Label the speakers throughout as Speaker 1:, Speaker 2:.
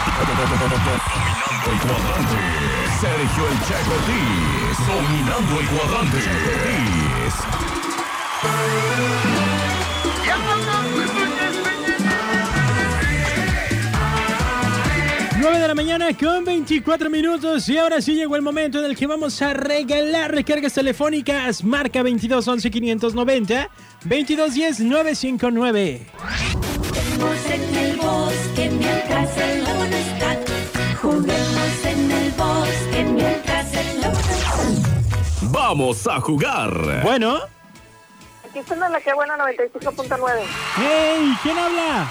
Speaker 1: Dominando el cuadrante. Sergio el Checo Ortiz. Dominando el cuadrante.
Speaker 2: Ortiz. 9 de la mañana con 24 minutos y ahora sí llegó el momento en el que vamos a regalar recargas telefónicas marca 22 11 590 22 10 959.
Speaker 3: Juguemos en el bosque mientras el lobo no está. Juguemos en el bosque mientras el lobo no está.
Speaker 1: Vamos a jugar.
Speaker 2: Bueno,
Speaker 4: Aquí está en la que buena 95.9.
Speaker 2: hey, ¿quién habla?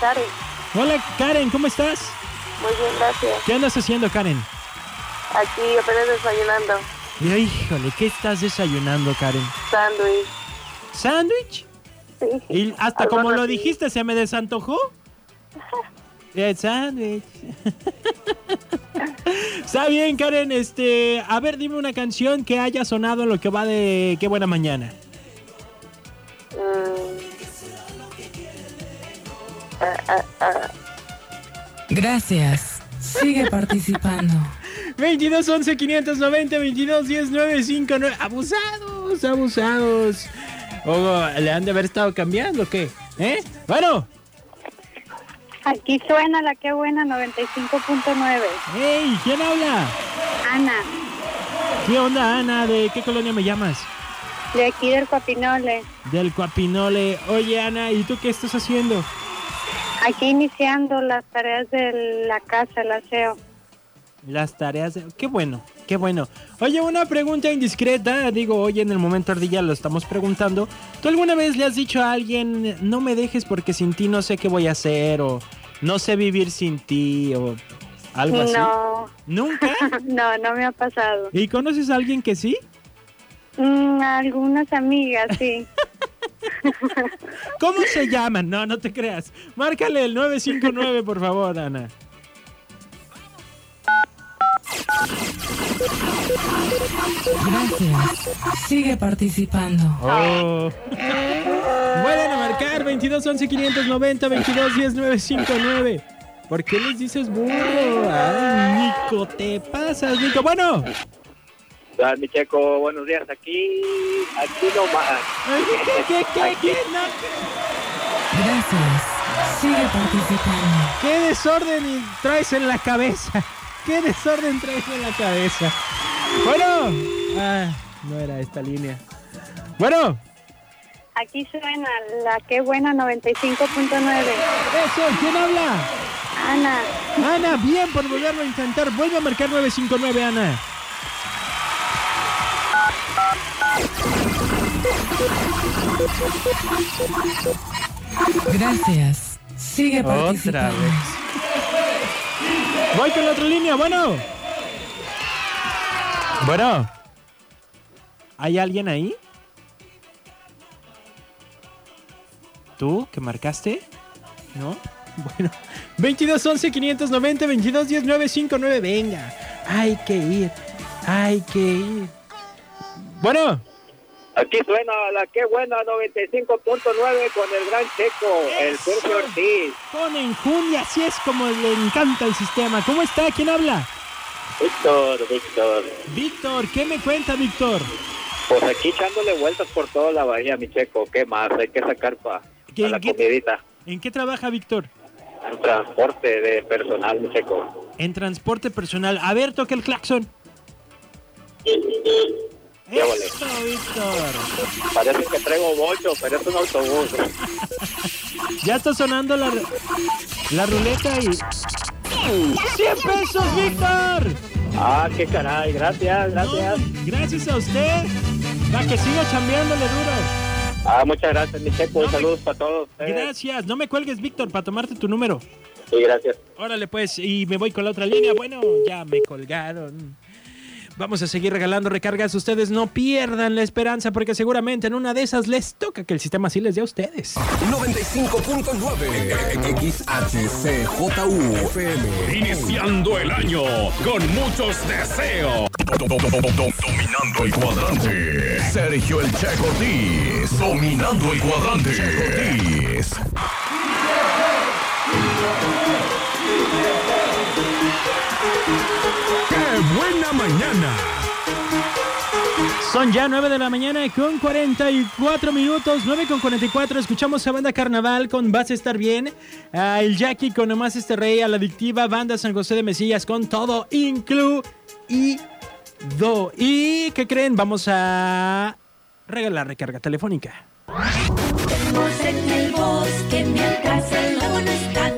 Speaker 4: Cari,
Speaker 2: Hola Karen, ¿cómo estás?
Speaker 4: muy bien, gracias.
Speaker 2: ¿Qué andas haciendo Karen?
Speaker 4: Aquí apenas desayunando.
Speaker 2: Híjole, ¿qué estás desayunando Karen?
Speaker 4: Sándwich.
Speaker 2: ¿Sándwich?
Speaker 4: Sí.
Speaker 2: Y hasta
Speaker 4: Algo
Speaker 2: como lo
Speaker 4: así.
Speaker 2: dijiste, se me desantojó. El sándwich. Está bien, Karen. Este, a ver, dime una canción que haya sonado en lo que va de Qué buena mañana.
Speaker 4: Mm. Ah, ah, ah.
Speaker 5: Gracias. Sigue participando.
Speaker 2: 22 11 590 22 10 959. Abusados, abusados. Ogo, le han de haber estado cambiando, o ¿qué? ¿Eh? Bueno,
Speaker 6: Aquí suena la que buena 95.9.
Speaker 2: hey, ¿quién habla?
Speaker 6: Ana,
Speaker 2: ¿Qué onda, Ana? ¿De qué colonia me llamas?
Speaker 6: de aquí del Papinole.
Speaker 2: Del Cuapinole. Oye, Ana, ¿y tú qué estás haciendo?
Speaker 6: Aquí iniciando las tareas de la casa, el aseo.
Speaker 2: Las tareas. de- Qué bueno, qué bueno. Oye, una pregunta indiscreta. Digo, oye, en el momento ardilla lo estamos preguntando. ¿Tú alguna vez le has dicho a alguien, no me dejes porque sin ti no sé qué voy a hacer? O no sé vivir sin ti? O algo así.
Speaker 6: No,
Speaker 2: ¿Nunca?
Speaker 6: no, no me ha pasado.
Speaker 2: ¿Y conoces a alguien que sí?
Speaker 6: Mm, algunas amigas, sí.
Speaker 2: ¿Cómo se llaman? No, no te creas. Márcale el 959, por favor, Ana.
Speaker 5: Gracias. Sigue participando.
Speaker 2: Oh. Vuelven a marcar 22 11 590 22 10 959. ¿Por qué les dices burro? Ay, Nico, te pasas, Nico. Bueno,
Speaker 7: Dani Checo, buenos días. Aquí, aquí nomás.
Speaker 2: ¿qué, qué, qué, qué, no?
Speaker 5: Gracias. Sigue participando.
Speaker 2: ¿Qué desorden traes en la cabeza? ¿Qué desorden traes en la cabeza? Bueno, ah, no era esta línea. Bueno,
Speaker 6: Aquí suena la que buena 95.9.
Speaker 2: eso, ¿quién habla?
Speaker 6: Ana,
Speaker 2: Ana, bien por volverlo a intentar. Vuelve a marcar 959, Ana.
Speaker 5: Gracias. Sigue
Speaker 2: Otra
Speaker 5: participando.
Speaker 2: vez. Voy con la otra línea, bueno. Bueno. ¿Hay alguien ahí? ¿Tú que marcaste? ¿No? Bueno. 22 11 590 22 10 959. Venga. Hay que ir. Hay que ir. Bueno.
Speaker 7: Aquí suena la que buena 95.9 con el gran Checo, el Sergio Ortiz.
Speaker 2: Con enjundia, así es como le encanta el sistema. ¿Cómo está? ¿Quién habla?
Speaker 7: Víctor, Víctor.
Speaker 2: Víctor, ¿qué me cuenta, Víctor?
Speaker 7: Pues aquí echándole vueltas por toda la bahía, mi Checo. ¿Qué más? Hay que sacar para
Speaker 2: ¿Qué-
Speaker 7: la
Speaker 2: qué-
Speaker 7: comidita.
Speaker 2: ¿En qué trabaja Víctor?
Speaker 7: Un transporte de personal, mi Checo.
Speaker 2: En transporte personal. A ver, toca el claxon.
Speaker 7: Ya vale.
Speaker 2: Eso, Víctor.
Speaker 7: Parece que traigo bocho, pero es un autobús.
Speaker 2: Ya está sonando la, la ruleta y... ¡100 pesos, Víctor!
Speaker 7: Ah, qué caray. Gracias, gracias.
Speaker 2: No, gracias a usted. Para que siga chambeándole duro.
Speaker 7: Ah, muchas gracias, mi Checo.
Speaker 2: No me-
Speaker 7: Saludos para todos ustedes.
Speaker 2: Gracias. No me cuelgues, Víctor, para tomarte tu número.
Speaker 7: Sí, gracias.
Speaker 2: Órale pues, y me voy con la otra línea. Bueno, ya me colgaron. Vamos a seguir regalando recargas. Ustedes no pierdan la esperanza porque seguramente en una de esas les toca que el sistema sí les dé a ustedes.
Speaker 8: 95.9 XHCJU FM
Speaker 1: Iniciando el año con muchos deseos. Do- do- do- do- do- Dominando el cuadrante. Sergio el Checo Ortiz. Dominando el cuadrante. Ortiz.
Speaker 2: Son ya 9 de la mañana con 44 minutos, 9 con 44. Escuchamos a Banda Carnaval con Vas a estar bien, a El Jackie con Nomás este rey, a La Adictiva, Banda San José de Mesillas con todo incluido. ¿Y qué creen? Vamos a regalar recarga telefónica.
Speaker 3: Juguemos en el bosque mientras el lobo no está.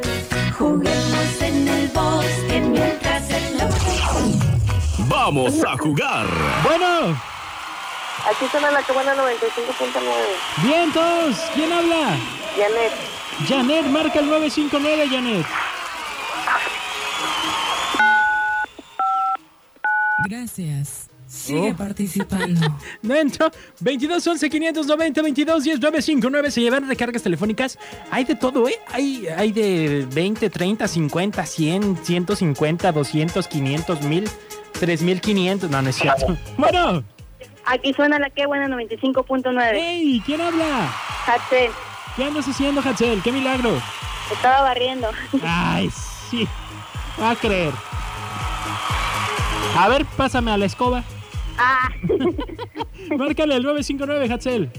Speaker 3: Juguemos en el bosque mientras el lobo no está.
Speaker 1: Vamos a jugar.
Speaker 2: Bueno,
Speaker 4: Aquí suena la que buena 95.9.
Speaker 2: vientos, ¿quién habla?
Speaker 4: Janet,
Speaker 2: Janet, marca el 959, Janet.
Speaker 5: Gracias. Sigue participando.
Speaker 2: Dentro, 22 11 590 22 10 959 se llevan recargas telefónicas. Hay de todo, ¿eh? Hay, hay de 20, 30, 50, 100, 150, 200, 500, 1000, 3500. No, no es cierto. Bueno,
Speaker 6: Aquí suena la que buena 95.9.
Speaker 2: hey, ¿quién habla?
Speaker 6: Hatsel,
Speaker 2: ¿Qué andas haciendo, Hatzel? ¡Qué milagro!
Speaker 6: estaba barriendo.
Speaker 2: Ay, sí, va a creer. A ver, pásame a la escoba.
Speaker 6: Ah,
Speaker 2: Márcale el 959, Hatzel.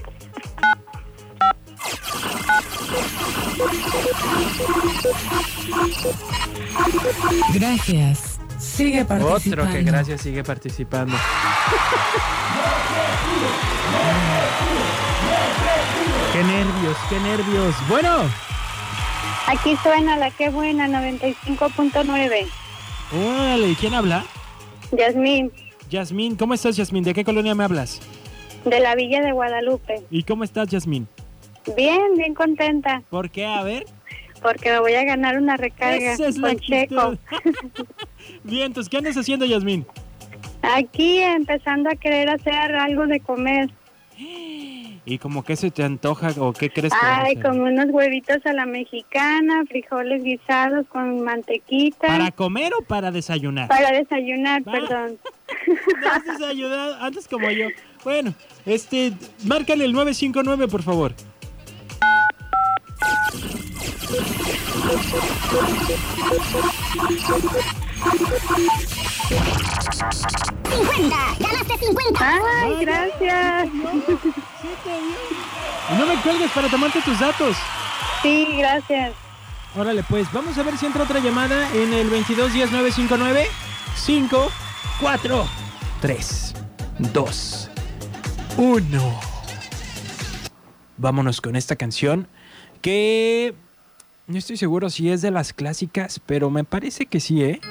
Speaker 5: Gracias. Sigue participando.
Speaker 2: Otro que gracias sigue participando. qué nervios, qué nervios. Bueno,
Speaker 6: aquí suena la que buena 95.9.
Speaker 2: órale, ¿quién habla?
Speaker 6: Yasmín,
Speaker 2: Yasmín, ¿cómo estás, Yasmín? ¿De qué colonia me hablas?
Speaker 6: de la Villa de Guadalupe.
Speaker 2: ¿Y cómo estás, Yasmín?
Speaker 6: Bien, bien contenta,
Speaker 2: ¿Por qué? A ver.
Speaker 6: porque me voy a ganar una recarga
Speaker 2: Esa es la
Speaker 6: con Checo.
Speaker 2: actitud. Bien, entonces, ¿qué andas haciendo, Yasmín?
Speaker 6: Aquí empezando a querer hacer algo de comer.
Speaker 2: ¿Y como qué se te antoja o qué crees que vas a
Speaker 6: Ay,
Speaker 2: hacer?
Speaker 6: como unos huevitos a la mexicana, frijoles guisados con mantequita.
Speaker 2: ¿Para comer o para desayunar?
Speaker 6: Para desayunar,
Speaker 2: Va.
Speaker 6: perdón.
Speaker 2: No has desayunado antes como yo. Bueno, este, márcale el 959, por favor.
Speaker 6: Ay, gracias.
Speaker 2: Y no me cuelgues para tomarte tus datos.
Speaker 6: Sí, gracias.
Speaker 2: Órale, pues vamos a ver si entra otra llamada en el 22 10 959 5 4 3 2 1. Vámonos con esta canción que no estoy seguro si es de las clásicas, pero me parece que sí, ¿eh?